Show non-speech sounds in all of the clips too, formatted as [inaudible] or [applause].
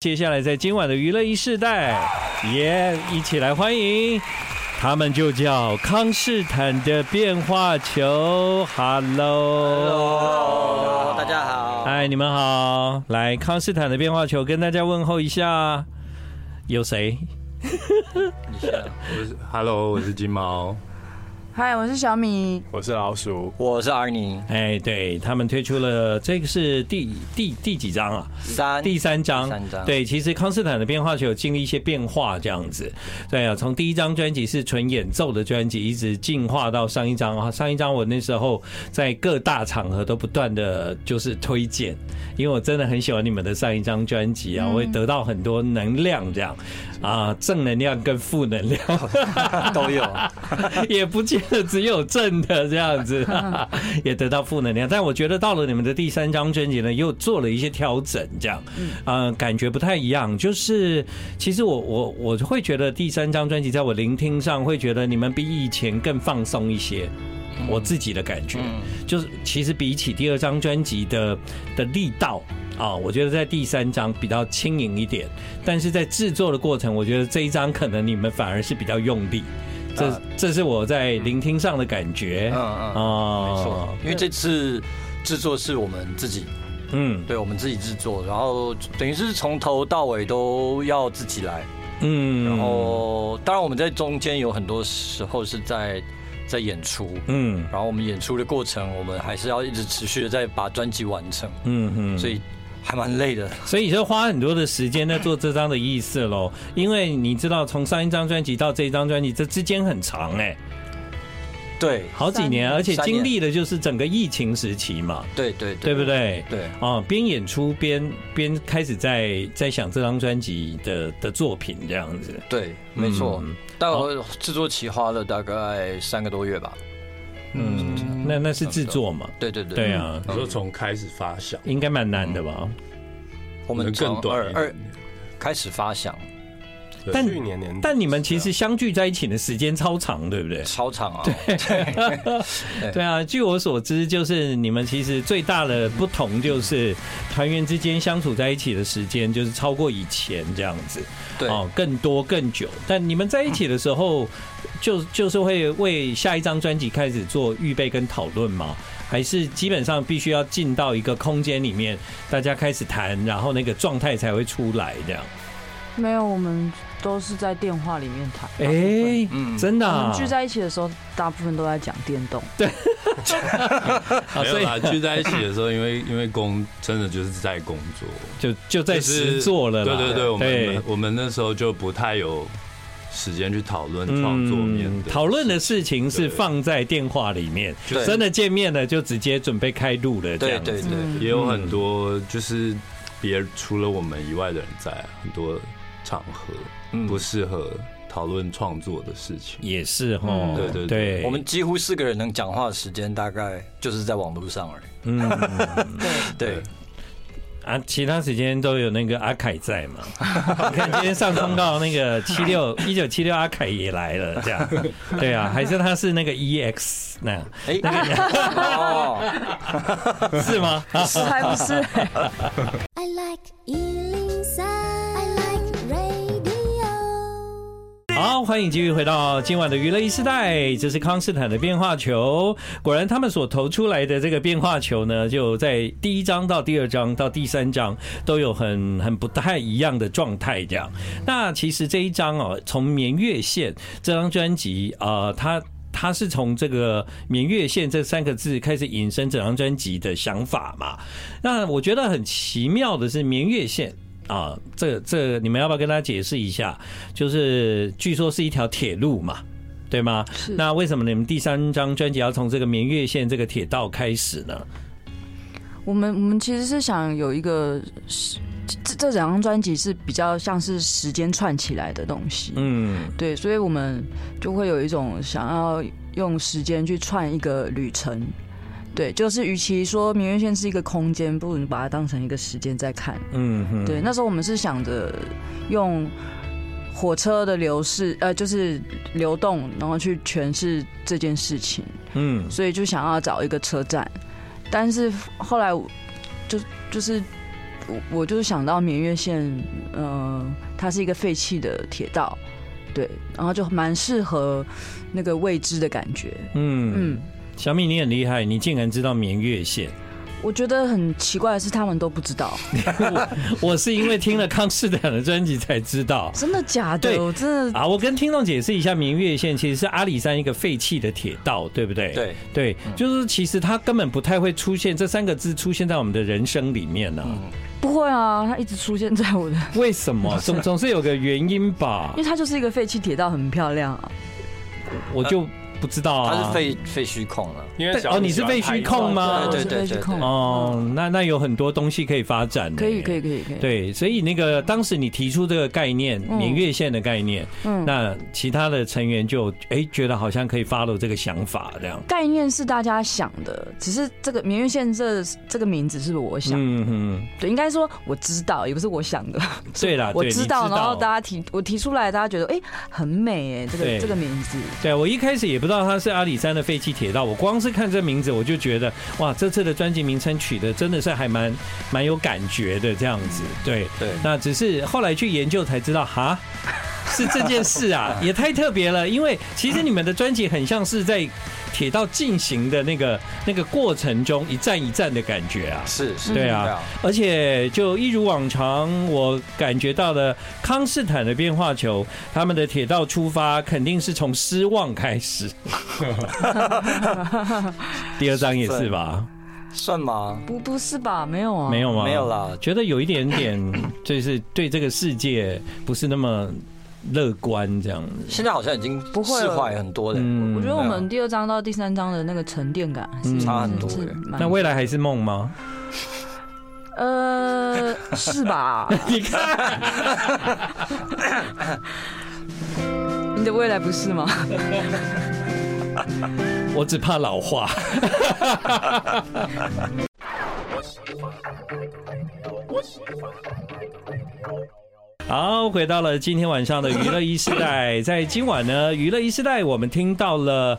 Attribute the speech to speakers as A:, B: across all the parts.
A: 接下来，在今晚的娱乐一世代，耶、一起来欢迎，他们就叫康斯坦的变化球。Hello，哎
B: Hello，大家好。
A: 嗨，你们好。来，康斯坦的变化球跟大家问候一下，有谁？
C: 我是 Hello，我是金毛，
D: 嗨，我是小米。
C: 我是老鼠，
B: 我是尔尼，
A: 哎，对他们推出了这个是第第第几章啊？
B: 三
A: 第三章，
B: 第三章
A: 对，其实康斯坦的变化球有经历一些变化，这样子，对啊，从第一张专辑是纯演奏的专辑，一直进化到上一张啊，上一张我那时候在各大场合都不断的就是推荐，因为我真的很喜欢你们的上一张专辑
B: 嗯
A: 啊，我也得到很多能量，这样啊，正能量跟负能
B: [laughs]
A: 量
B: 都有，
A: 也不见得只有正的这样子， [laughs] 也得到负能量。但我觉得到了你们的第三张专辑呢，又做了一些调整，这样，嗯、感觉不太一样。就是其实我我我会觉得第三张专辑在我聆听上会觉得你们比以前更放松一些。
B: 嗯
A: 我自己的感觉、就是，其实比起第二张专辑的的力道啊、我觉得在第三张比较轻盈一点，但是在制作的过程，我觉得这一张可能你们反而是比较用力。这
B: 啊
A: 这是我在聆听上的感觉。
B: 嗯嗯
A: 哦
B: [laughs] 没错，因为这次制作是我们自己，
A: 嗯
B: 对我们自己制作，然后等于是从头到尾都要自己来，
A: 嗯，
B: 然后当然我们在中间有很多时候是在在演出，
A: 嗯
B: 然后我们演出的过程，我们还是要一直持续的在把专辑完成，
A: 嗯嗯，
B: 所以还蛮累的，
A: 所以就花很多的时间在做这张的意思喽。因为你知道，从上一张专辑到这一张专辑，这之间很长哎、
B: 对
A: 好几
D: 三
A: 年，
D: 年
A: 而且
B: 三
A: 经
B: 年
A: 历的就是整个疫情时期嘛，
B: 对对
A: 对不？对？
B: 对，
A: 哦，边演出边边开始在在想这张专辑的的作品这样子。
B: 对，没错
A: 嗯。
B: 但我制作期花了大概三个多月吧。
A: 嗯，那那是制作嘛？
B: 对对对，
A: 对，啊，
C: 我说从开始发想，
A: 应该蛮难的吧？
B: 我
C: 可能
B: 们
C: 更
B: 从
C: 短
B: 二
C: 一
B: 二
C: 点。
B: 开始发想，
C: 对
A: 但
C: 去年年底，
A: 但你们其实相聚在一起的时间超长，对不对？
B: 超长啊，
A: 对啊，据我所知，就是你们其实最大的不同就是团员之间相处在一起的时间，就是超过以前这样子，
B: 对，
A: 哦，更多更久。但你们在一起的时候，就就是会为下一张专辑开始做预备跟讨论吗？还是基本上必须要进到一个空间里面，大家开始谈，然后那个状态才会出来这样？
D: 没有，我们都是在电话里面谈。
A: 哎、
B: 嗯
A: 真的、
D: 我们
A: 啊，
D: 聚在一起的时候，大部分都在讲电动。
A: 啊
C: 没
A: 所
C: 有
A: 以
C: 啦，聚在一起的时候，因为因为工真的就是在工作，
A: 就就 [laughs] 在
C: 就是
A: 实做了啦。
C: 对对对，我们我们那时候就不太有时间去讨论创作面
A: 嗯
C: 的
A: 讨论的事情是
C: 对
A: 放在电话里面，
B: 对
A: 真的见面了就直接准备开录了，这
B: 对
A: 样
B: 对
A: 子。
B: 对，
C: 也有很多就是别除了我们以外的人在啊很多场合
B: 嗯
C: 不适合讨论创作的事情。
A: 也是哈、
D: 嗯
C: 对对对
A: 对，
B: 我们几乎四个人能讲话的时间大概就是在网络上而已。
A: 嗯
B: 对，
A: 啊，其他时间都有那个阿凯在嘛。你看今天上通告那个七六一九七六阿凯也来了，这样对啊，还是他是那个 EX 那样 [laughs]
B: 哎，哦，
A: 是吗？
D: 是还不是？
E: I like Ealing Sound. I like radio.
A: 好，欢迎继续回到今晚的娱乐一时代，这是康斯坦的变化球。果然，他们所投出来的这个变化球呢，就在第一章到第二章到第三章都有很很不太一样的状态。这样，那其实这一章哦，从绵月线这张专辑啊、呃它。它是从这个“绵月线”这三个字开始引申整张专辑的想法嘛？那我觉得很奇妙的是“绵月线”啊，这这你们要不要跟大家解释一下？就是据说是一条铁路嘛，对吗？[laughs]
D: 是
A: 那为什么你们第三张专辑要从这个绵月线这个铁道开始呢？
D: 我们我们其实是想有一个是这这两张专辑是比较像是时间串起来的东西，
A: 嗯
D: 对，所以我们就会有一种想要用时间去串一个旅程。对，就是与其说明月线是一个空间，不如你把它当成一个时间在看。
A: 嗯哼，
D: 对，那时候我们是想着用火车的流逝，呃，就是流动，然后去诠释这件事情，
A: 嗯
D: 所以就想要找一个车站。但是后来我就就是我我就是想到绵月线，呃，它是一个废弃的铁道，对，然后就蛮适合那个未知的感觉。
A: 嗯
D: 嗯，
A: 小米你很厉害，你竟然知道绵月线。 [laughs]
D: 我觉得很奇怪的是，他们都不知道，
A: 我是因为听了康斯坦的专辑才知
D: [laughs]
A: 道。
D: 真的假
A: 对
D: 的？我真的
A: 啊，我跟听众解释一下，明月线其实是阿里山一个废弃的铁道，对不对？
B: 对，
A: 对，
D: 嗯
A: 就是其实它根本不太会出现这三个字出现在我们的人生里面呢、
D: 不会啊，它一直出现在我的
A: 为什么？
D: [laughs]
A: 总总是有个原因吧
D: 因为，它就是一个废弃铁道，很漂亮啊。
A: 我就不知道啊。
B: 它是废废啊墟控了。
C: 因为
A: 对
C: 小米
A: 哦你是
C: 喜欢
A: 被
C: 拍
A: 虚
C: 照
A: 控吗
D: 我
B: 对
D: 是
B: 对对
D: 废墟
B: 对
D: 控
A: 哦，那那有很多东西可以发展呢、
D: 啊嗯可以可以可以可以。，
A: 对，所以那个当时你提出这个概念，
D: 嗯
A: 年月线的概念，
D: 嗯
A: 那其他的成员就哎、觉得好像可以 follow 这个想法这样。
D: 概念是大家想的，只是这个明月线这这个名字是不是我想？
A: 嗯哼，
D: 对，应该说我知道，也不是我想的，
A: 对啦，
D: 我
A: 对你
D: 知道。然后大家提我提出来，大家觉得哎、很美哎、这
A: 对
D: 个这个名字。
A: 对我一开始也不知道它是阿里山的废弃铁道，我光是看这名字我就觉得哇，这次的专辑名称取的真的是还蛮蛮有感觉的这样子。对，
B: 对，
A: 那只是后来去研究才知道，哈，是这件事啊，也太特别了。因为其实你们的专辑很像是在铁道进行的那个那个过程中一站一站的感觉啊。
B: 是是，
A: 对啊而且就一如往常，我感觉到了康斯坦的变化球，他们的铁道出发肯定是从失望开始。第二章也是吧？
B: 算吗？
D: 不不是吧？没有啊，
A: 没有吗？
B: 没有啦
A: 觉得有一点点，就是对这个世界不是那么乐观这样子。
B: 现在好像已经
D: 不会
B: 释
D: 了
B: 怀很多了。
A: 嗯
D: 我觉得我们第二章到第三章的那个沉淀感还是、
A: 嗯差
B: 很多
D: 是
B: 欸
D: 蛮
A: 那未来还是梦吗？
D: 呃
A: [laughs]
D: 是吧？
A: 你看，
D: 你的未来不是吗？
A: 我只怕老化。 [laughs] 好，回到了今天晚上的娱乐一时代，在今晚呢，娱乐一时代我们听到了。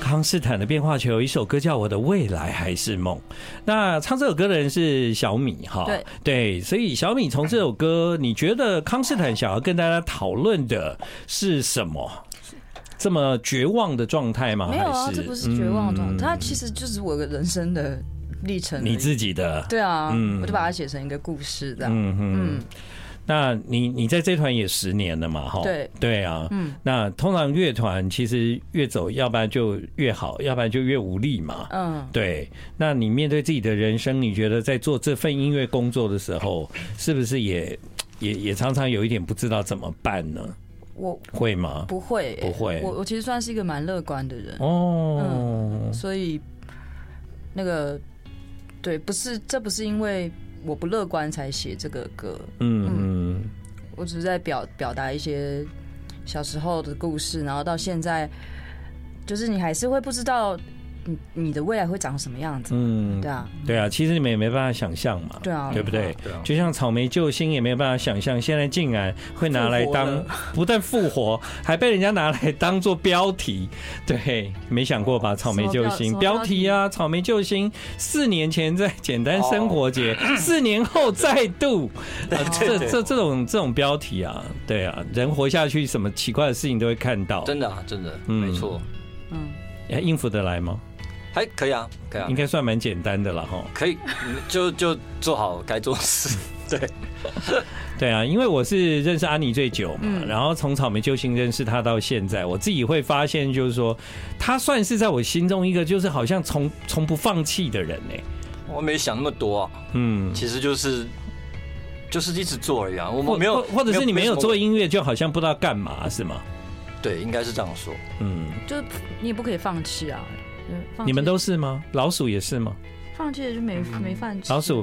A: 康斯坦的变化球，一首歌叫《我的未来还是梦》。那唱这首歌的人是小米哈，
D: 对
A: 所以小米从这首歌，你觉得康斯坦想要跟大家讨论的是什么？这么绝望的状态吗？
D: 没有啊，
A: 还
D: 这不是绝望的状
A: 嗯
D: 态，它其实就是我的人生的历程而已。
A: 你自己的，
D: 对啊，
A: 嗯
D: 我就把它写成一个故事这样。
A: 嗯哼，
D: 嗯，
A: 那你你在这团也十年了嘛，哈，
D: 对
A: 对啊，
D: 嗯
A: 那通常乐团其实越走，要不然就越好，要不然就越无力嘛。
D: 嗯，
A: 对，那你面对自己的人生，你觉得在做这份音乐工作的时候，是不是也也也常常有一点不知道怎么办呢？
D: 我
A: 会吗？
D: 不会、
A: 不会
D: 我我其实算是一个蛮乐观的人，
A: 哦，
D: 所以那个对，不是这不是因为我不乐观才写这个歌，
A: 嗯嗯
D: 我只是在表表达一些小时候的故事，然后到现在，就是你还是会不知道你你的未来会长什么样子，
A: 嗯
D: 对，啊，
A: 对啊，其实你们也没办法想象嘛，
D: 对啊，
A: 对不对？
C: 对啊
A: 就像草莓救星也没有办法想象，现在竟然会拿来
D: 复活
A: 当
D: 了
A: 不但复活，还被人家拿来当做标题。对，没想过吧？草莓救
D: 什
A: 星
D: 么标
A: 标题啊，草莓救星四年前在简单生活节，
D: 哦
A: [laughs] 四年后再
D: [laughs]
A: 度，呃这这这种这种标题啊，对啊，人活下去，什么奇怪的事情都会看到。
B: 真的啊，真的，
A: 嗯
B: 没错，
D: 嗯，
A: 哎应付得来吗？
B: 还可以啊，可以啊
A: 应，该算蛮简单的了哈。
B: 可以，嗯就就做好该做的
A: [laughs]
B: 事。对，
A: 对啊，因为我是认识安妮最久嘛，
D: 嗯
A: 然后从草莓救星认识她到现在，我自己会发现，就是说，她算是在我心中一个就是好像从从不放弃的人欸呢、
B: 我没想那么多啊，
A: 嗯，
B: 其实就是就是一直做而已啊。我
A: 或
B: 们没有，
A: 或或者是你没有做
B: 什么，
A: 音乐，就好像不知道干嘛是吗？
B: 对，应该是这样说。
A: 嗯，
D: 就是你也不可以放弃啊，嗯放弃
A: 你们都是吗？老鼠也是吗？
C: 嗯
D: 放弃了就没没饭吃，
A: 老鼠，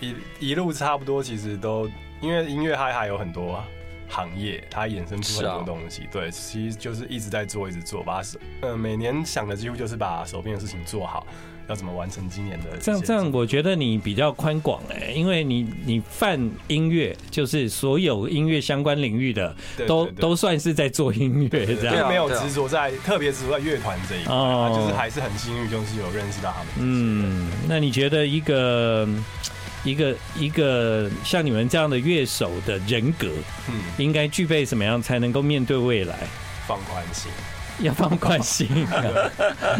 F: 一一路差不多，其实都因为音乐它还有很多行业，它衍生
B: 是
F: 出很
B: 啊
F: 多东西。对，其实就是一直在做，一直做，把手呃每年想的几乎就是把手边的事情做好，要怎么完成今年的
A: 这样
F: 些
A: 这样，我觉得你比较宽广哎、因为你你泛音乐，就是所有音乐相关领域的
F: 对
A: 都
F: 对对
A: 都算是在做音乐这
F: 因
A: 样。
F: 为没有
B: 对啊
F: 执着在特别执着在乐团这一块，
A: 哦
F: 就是还是很幸运，就是有认识到他们。
A: 嗯，那你觉得一个嗯一个一个像你们这样的乐手的人格，
F: 嗯，
A: 应该具备什么样才能够面对未 [laughs] 来？
F: 放宽心，
A: 要放宽心、啊 [laughs]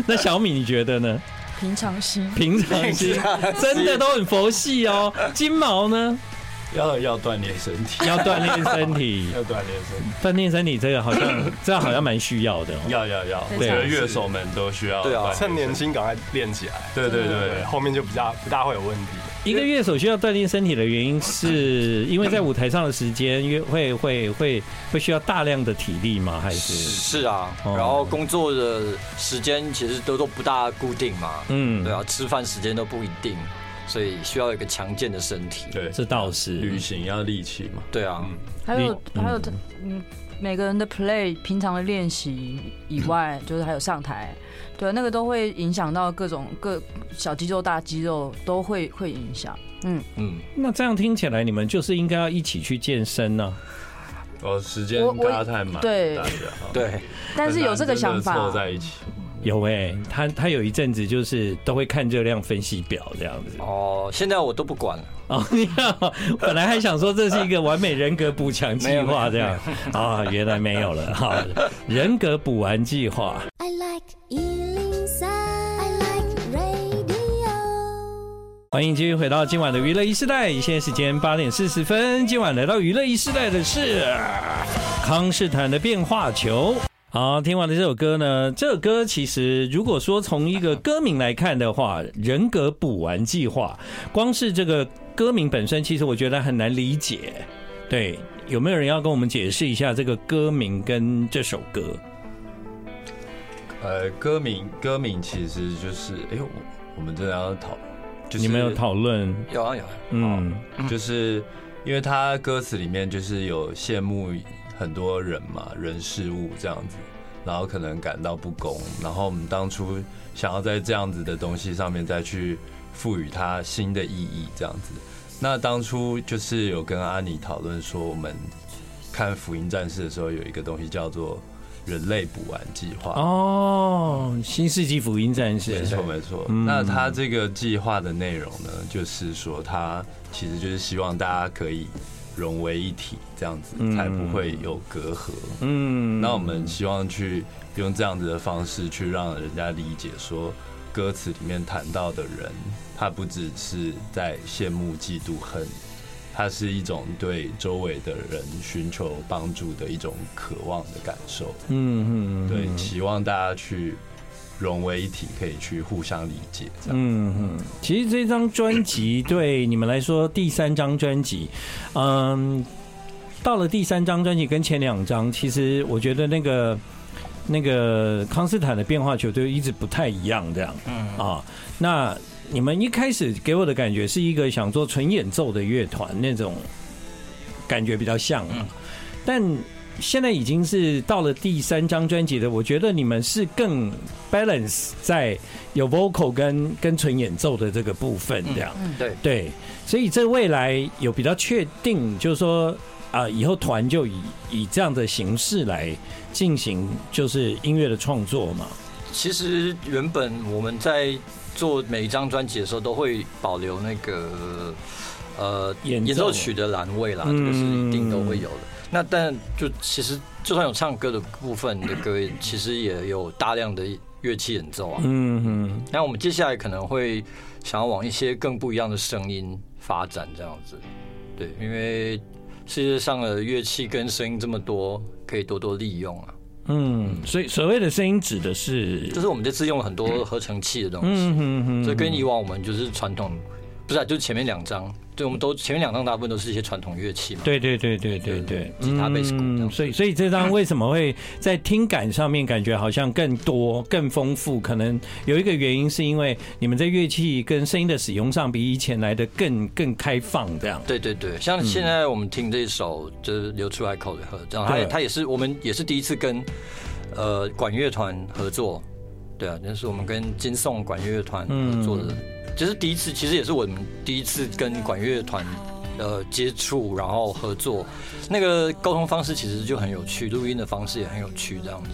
A: 那小米你觉得呢？
G: 平常心，
A: 平常心，真的都很佛系哦。金毛呢？
C: 要要锻炼身体，
A: 要锻炼身
C: [laughs]
A: 体，
C: 要锻炼身体，
A: 锻炼身体这个好像这好像蛮需要的、哦。
C: 要要要，我
G: 非
C: 觉
G: 常
C: 得乐手们都需要
B: 对啊
C: 锻炼
F: 趁年
C: 身体，
F: 轻赶快练起来，
C: 对对
F: 对，
C: 对，
F: 后面就比较不大会有问题。
A: 一个乐手需要锻炼身体的原因，是因为在舞台上的时间，因为会会会会需要大量的体力吗？还是
B: 是啊，
A: 哦
B: 然后工作的时间其实都都不大固定嘛，
A: 嗯，
B: 对啊，吃饭时间都不一定，所以需要一个强健的身体。
C: 对
A: 这倒
C: 旅
A: 是。
C: 行要力气嘛，
B: 对啊，
D: 还有
A: 嗯
D: 还有，嗯，每个人的 play 平常的练习
A: 嗯
D: 以外，就是还有上台，对，那个都会影响到各种各小肌肉、大肌肉都会会影响。
B: 嗯，
A: 那这样听起来，你们就是应该要一起去健身呢、
C: 哦，时间
D: 我我
C: 搭太满，
D: 对
C: 大家哦
B: 对，
D: [laughs] 但是有这个想
C: 很难
D: 法
C: 真的凑，在一起，
A: 有哎、他他有一阵子就是都会看热量分析表这样子。
B: 哦，现在我都不管了，
A: 哦，你好， [laughs] 本来还想说这是一个完美人格补强计划这样啊，原来没有了哈，人格补完计划。
E: I like Ealing Sound. I like radio.
A: 欢迎继续回到今晚的娱乐一时代，现在时间八点四十分。今晚来到娱乐一时代的是康斯坦的变化球。好，听完了这首歌呢，这首歌其实如果说从一个歌名来看的话，《人格补完计划》，光是这个歌名本身，其实我觉得很难理解。对，有没有人要跟我们解释一下这个歌名跟这首歌？
C: 呃，歌名歌名其实就是，哎、呦，我我们真的要讨，就是
A: 你们有讨论？
B: 有啊有啊，
A: 嗯，
C: 就是因为他歌词里面就是有羡慕很多人嘛，人事物这样子，然后可能感到不公，然后我们当初想要在这样子的东西上面再去赋予它新的意义，这样子。那当初就是有跟阿尼讨论说，我们看《福音战士》的时候有一个东西叫做“人类补完计划”，
A: 哦，《新世纪福音战士》
C: 没错没错。
A: 嗯
C: 那他这个计划的内容呢，就是说他其实就是希望大家可以融为一体，这样子
A: 嗯
C: 才不会有隔阂。
A: 嗯
C: 那我们希望去用这样子的方式去让人家理解说。歌词里面谈到的人，他不只是在羡慕、嫉妒、恨，他是一种对周围的人寻求帮助的一种渴望的感受。
A: 嗯嗯，
C: 对，希望大家去融为一体，可以去互相理解。这样，
A: 嗯嗯，其实这张专辑对你们来说，第三张专辑，嗯，到了第三张专辑跟前两张，其实我觉得那个那个康斯坦的变化球队一直不太一样，这样，嗯啊，那你们一开始给我的感觉是一个想做纯演奏的乐团那种感觉比较像
C: 嗯
A: 嘛，但。现在已经是到了第三张专辑的，我觉得你们是更 balance 在有 vocal 跟跟纯演奏的这个部分，这样、
B: 对
A: 对，所以这未来有比较确定，就是说啊、以后团就以以这样的形式来进行就是音乐的创作嘛，
B: 其实原本我们在做每一张专辑的时候，都会保留那个呃
A: 演奏
B: 演奏曲的栏位啦，
A: 嗯
B: 这个是一定都会有的。那但就其实就算有唱歌的部分的歌，其实也有大量的乐器演奏啊。
A: 嗯嗯
B: 那我们接下来可能会想要往一些更不一样的声音发展，这样子。对，因为世界上的乐器跟声音这么多，可以多多利用啊。
A: 嗯，所以所谓的声音指的是
B: 就，是我们这次用了很多合成器的东西，
A: 嗯嗯嗯
B: 这跟以往我们就是传统不是、啊，就是前面两张，对，我们都前面两张大部分都是一些传统乐器嘛。
A: 对对对对对对，
B: 嗯
A: 嗯
B: 吉他贝斯鼓这样子
A: 所以所以这张为什么会在听感上面感觉好像更多、更丰富？可能有一个原因是因为你们在乐器跟声音的使用上比以前来的更更开放，这样。
B: 对对对，像现在我们听这一首就是流出海口的合唱，它
A: 对
B: 也它也是我们也是第一次跟呃管乐团合作，对啊，那是我们跟金颂管乐团
A: 嗯
B: 合作的，就是第一次，其实也是我们第一次跟管乐团呃接触，然后合作，那个沟通方式其实就很有趣，录音的方式也很有趣，这样子。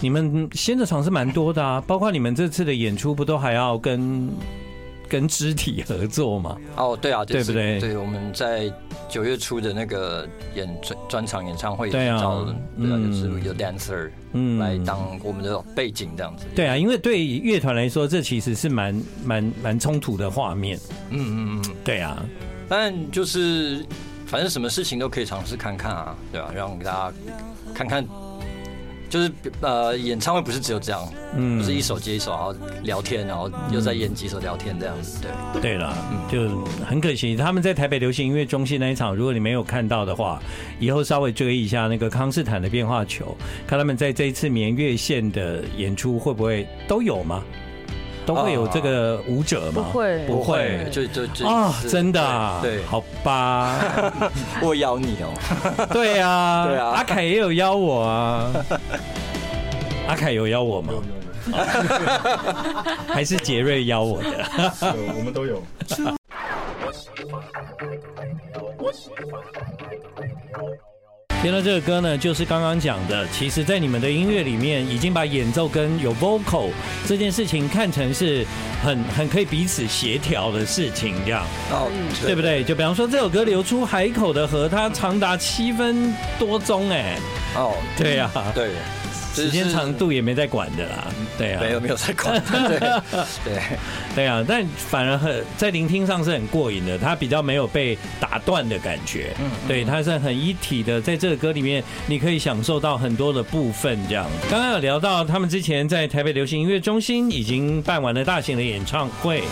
A: 你们先的尝试蛮多的啊，包括你们这次的演出不都还要跟跟肢体合作嘛？
B: 哦，对啊，这
A: 对
B: 次
A: 不对
B: 对，我们在九月初的那个演专专场演唱会，
A: 对啊
B: 找了对啊，
A: 嗯
B: 就是有 dancer
A: 嗯
B: 来当我们的背景这样子。
A: 对啊，因为对乐团来说，这其实是蛮蛮蛮冲突的画面。
B: 嗯嗯嗯嗯，
A: 对啊，
B: 但就是反正什么事情都可以尝试看看啊，对吧、让大家看看，就是呃，演唱会不是只有这样，
A: 嗯
B: 不是一首接一首，然后聊天，然后又再演几首聊天这样子。对，
A: 对了，
B: 嗯
A: 就很可惜，他们在台北流行音乐中心那一场，如果你没有看到的话，以后稍微追一下那个康斯坦的变化球，看他们在这一次绵月线的演出会不会都有吗？都会有这个舞者吗？
D: 不会
A: 不会
B: 对，。就就就
A: 啊、
B: 啊是
A: 真的、啊，
B: 对，对
A: 好
B: [laughs]
A: 吧，
B: 我咬你哦，
A: 对啊，
B: 对啊
A: 阿凯也有邀我
B: [laughs]
A: 啊，阿凯有邀我吗？ [laughs] 还是杰瑞邀我的？
G: 有我们都有。
A: 听到这个歌呢，就是刚刚讲的，其实，在你们的音乐里面，已经把演奏跟有 vocal 这件事情看成是很很可以彼此协调的事情，这样
B: 哦，
A: 对不对？就比方说这首歌流出海口的河，它长达七分多钟，哎，
B: 哦，
A: 对呀、
B: 对，
A: 时间长度也没在管的啦，对啊呀、
B: 没有没有在管，对对，
A: 对呀、但反而很在聆听上是很过瘾的，它比较没有被打断的感觉，对，它是很一体的，在这个歌里面你可以享受到很多的部分。这样，刚刚有聊到他们之前在台北流行音乐中心已经办完了大型的演唱会，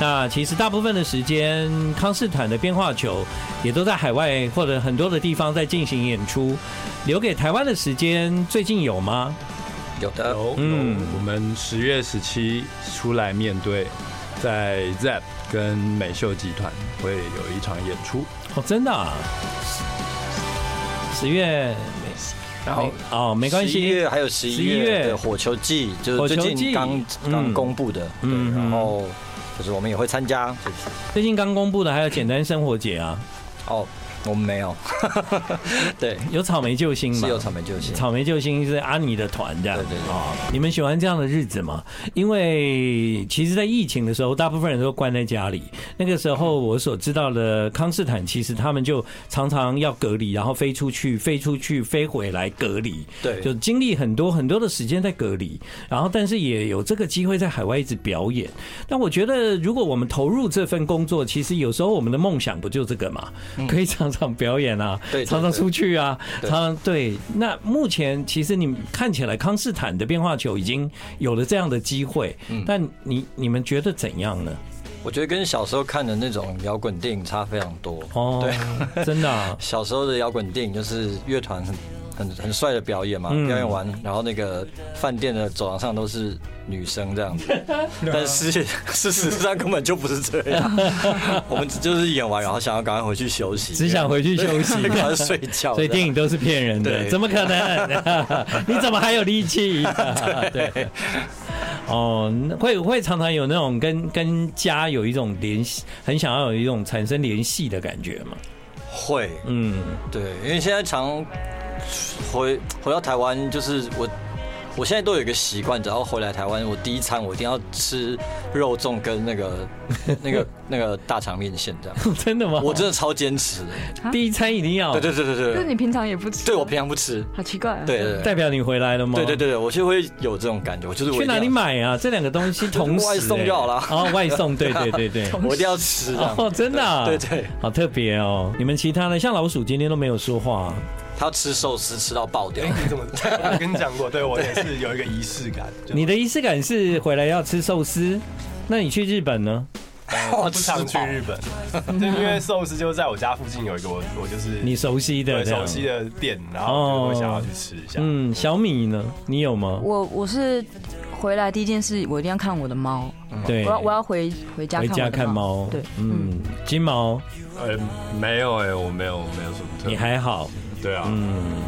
A: 那其实大部分的时间，康斯坦的变化球也都在海外或者很多的地方在进行演出，留给台湾的时间最近有吗？
B: 有的
C: 有，
A: 嗯
C: 嗯，我们十月十七出来面对，在 ZEP 跟美秀集团会有一场演出，
A: 哦，真的、啊，十月。
B: 然后
A: 哦，没关
B: 11
A: 系
B: 月，还有十一
A: 11月
B: 月的火球季，就
A: 火
B: 是
A: 球
B: 最
A: 季
B: 近刚
A: 嗯
B: 刚公布的，
A: 嗯
B: 对，然后就是我们也会参加，就是
A: 最近刚公布的还有简单生活节啊，
B: 哦，我们没有， [laughs] 对，
A: 有草莓救星嘛
B: 是有。草莓救星，
A: 草莓救星是阿尼的团这样
B: 对对对
A: 哦你们喜欢这样的日子吗？因为其实，在疫情的时候，大部分人都关在家里。那个时候，我所知道的康斯坦，其实他们就常常要隔离，然后飞出去，飞出去，飞回来隔离。
B: 对
A: 就经历很多很多的时间在隔离，然后但是也有这个机会在海外一直表演。但我觉得，如果我们投入这份工作，其实有时候我们的梦想不就这个嘛？可以常常表演啊，
B: 嗯对对
A: 常常
B: 对
A: 出去啊，常
B: 对
A: 常对。那目前其实你们看起来康斯坦的变化球已经有了这样的机会，
B: 嗯
A: 但你你们觉得怎样呢？
B: 我觉得跟小时候看的那种摇滚电影差非常多，
A: 哦，对，真的啊、
B: 小时候的摇滚电影就是乐团很很很帅的表演嘛，
A: 嗯
B: 表演完，然后那个饭店的走廊上都是女生
A: [laughs]
B: 这样子，但是 [laughs] 事实上根本就不是这
A: [laughs]
B: 样，我们只就是演完，然后想要赶快回去休息，
A: 只想回去休息
B: 对 [laughs] 赶快睡觉。
A: 所以电
B: 影
A: 影都是骗人的，
B: 对
A: 怎么可能？
B: [laughs]
A: 你怎么还有力气？对，哦，会会常常有那种跟跟家有一种联系，很想要有一种产生联系的感觉嘛。
B: 会，
A: 嗯，
B: 对，因为现在常回回到台湾，就是我。我现在都有一个习惯，只要回来台湾，我第一餐我一定要吃肉粽跟那个、 [laughs] 那个、那个大肠面线这样。
A: [laughs] 真的吗？啊
B: [laughs] 我真的超坚持的，
A: 第一餐一定要，
B: 对对对对
D: 就是
B: 对，
D: 你平常也不吃，啊
C: [laughs]
B: 对我平常不吃，
D: 好奇怪、啊，
B: 对对对
A: 代表你回来了吗？
B: 对对对，我就会有这种感觉，我就是我
A: 去
B: 一定
A: 哪
B: 要
A: 里？买啊？这两个东西同时、
B: 外送就好了
A: 欸哦，外送，对对对
B: [laughs]
A: 对。
B: 我一定要吃这样
A: 哦，真的、啊，
B: 对对，
A: 好特别哦。你们其他的像老鼠今天都没有说话、啊
B: 他吃寿司吃到爆掉
F: 哎，，你怎么？我跟你讲 [laughs] 过，对我也是有一个仪式感。就
A: 你的仪式感是回来要吃寿司，那你去日本呢？
F: 呃，不常去日本，
A: [laughs]
F: 对，因为寿司就在我家附近有一个我我就是
A: 你熟悉的
F: 对
A: 这样哦
F: 熟悉的店，然后我想要去吃一下。
A: 嗯，小米呢？你有吗？
D: 我我是回来第一件事，我一定要看我的猫，
A: 对，
D: 我要我要回回
A: 哎
D: 家
A: 回
D: 看我
A: 家
D: 的
A: 看猫。
D: 对，嗯，
A: 嗯，金毛
C: 呃，没有哎、我没有，我没有什么特别。
A: 你还好，
C: 对啊，
B: 嗯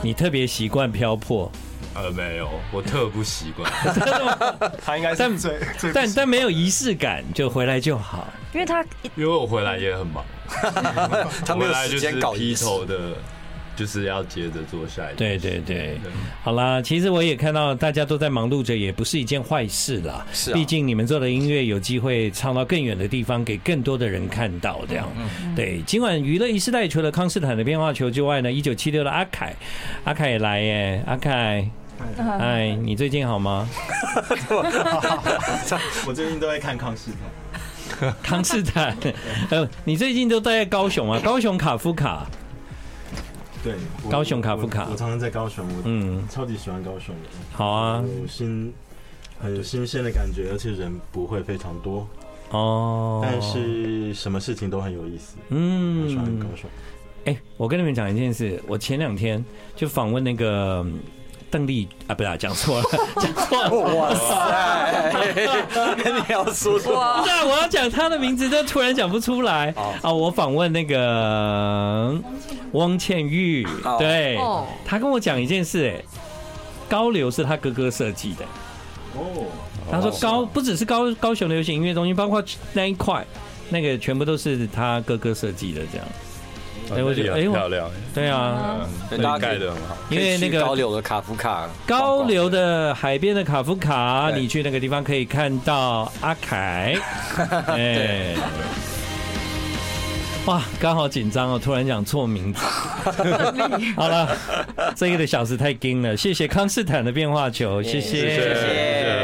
A: 你特别习惯漂泊，
C: 呃，没有，我特不习
B: [laughs]
C: 惯。
F: 他应该
A: 但
F: 是
G: [laughs]
F: 最最
A: 但但没有仪式感，就回来就好。
D: 因为它一
C: 因为我回来也很忙，
B: 他没
C: 回
B: 有
C: 来
B: 时
C: 就是
B: 间搞
C: 劈
B: 仪式。
C: 头的，就是要接着做下一个。
A: 对对对
C: 对，
A: 好啦，其实我也看到大家都在忙碌着，也不是一件坏事啦。
B: 是啊
A: 毕竟你们做的音乐有机会唱到更远的地方，给更多的人看到，这样。
B: 嗯
A: 对，今晚娱乐一时代除了康斯坦的变化球之外呢，一九七六的阿凯，阿凯也来耶，阿凯，
G: 嗯
A: 哎，你最近好
G: [laughs]
A: 吗？
G: 我最近都在看康斯坦，
A: 康斯
G: [laughs]
A: 坦，呃，你最近都待在高雄啊？高雄卡夫卡，
G: 对，我
A: 高雄卡夫卡
G: 我我常常在高雄，我
A: 嗯，
G: 超级喜欢高雄的，
A: 好啊，
G: 有新很新鲜的感觉，而且人不会非常多，
A: 哦，
G: 但是什么事情都很有意思，很喜欢
A: 嗯
G: 高，雄。
A: 哎、我跟你们讲一件事，我前两天就访问那个嗯邓丽啊，不是啊讲错了，讲错
C: 哦
A: 了。
B: 哇塞！你要说什
D: [laughs]
B: 么？
A: 不是、啊，我要讲他的名字，但突然讲不出来
B: 哦
A: 啊！我访问那个汪倩玉
B: 哦，
A: 对
D: 哦，
A: 他跟我讲一件事，哎，高流是他哥哥设计的。
C: 哦
A: 他说高不只是高高雄流行音乐中心，包括那一块，那个全部都是他哥哥设计的，这样。哎我觉得哎
C: 也哦很
A: 我
C: 漂亮，欸
A: 对啊，
B: 对大家可
C: 盖
B: 以
C: 的很好。
A: 因为那
B: 可以去高
A: 个
B: 流的卡夫卡，
A: 高流的海边的卡夫卡，
B: 对
A: 你去那个地方可以看到阿 [laughs] 凯。哎，哇，刚好紧张哦，突然讲错名字。 [laughs] 好了，这一个小时太硬了，谢谢康斯坦的变化球，谢谢。
F: 嗯
C: 谢谢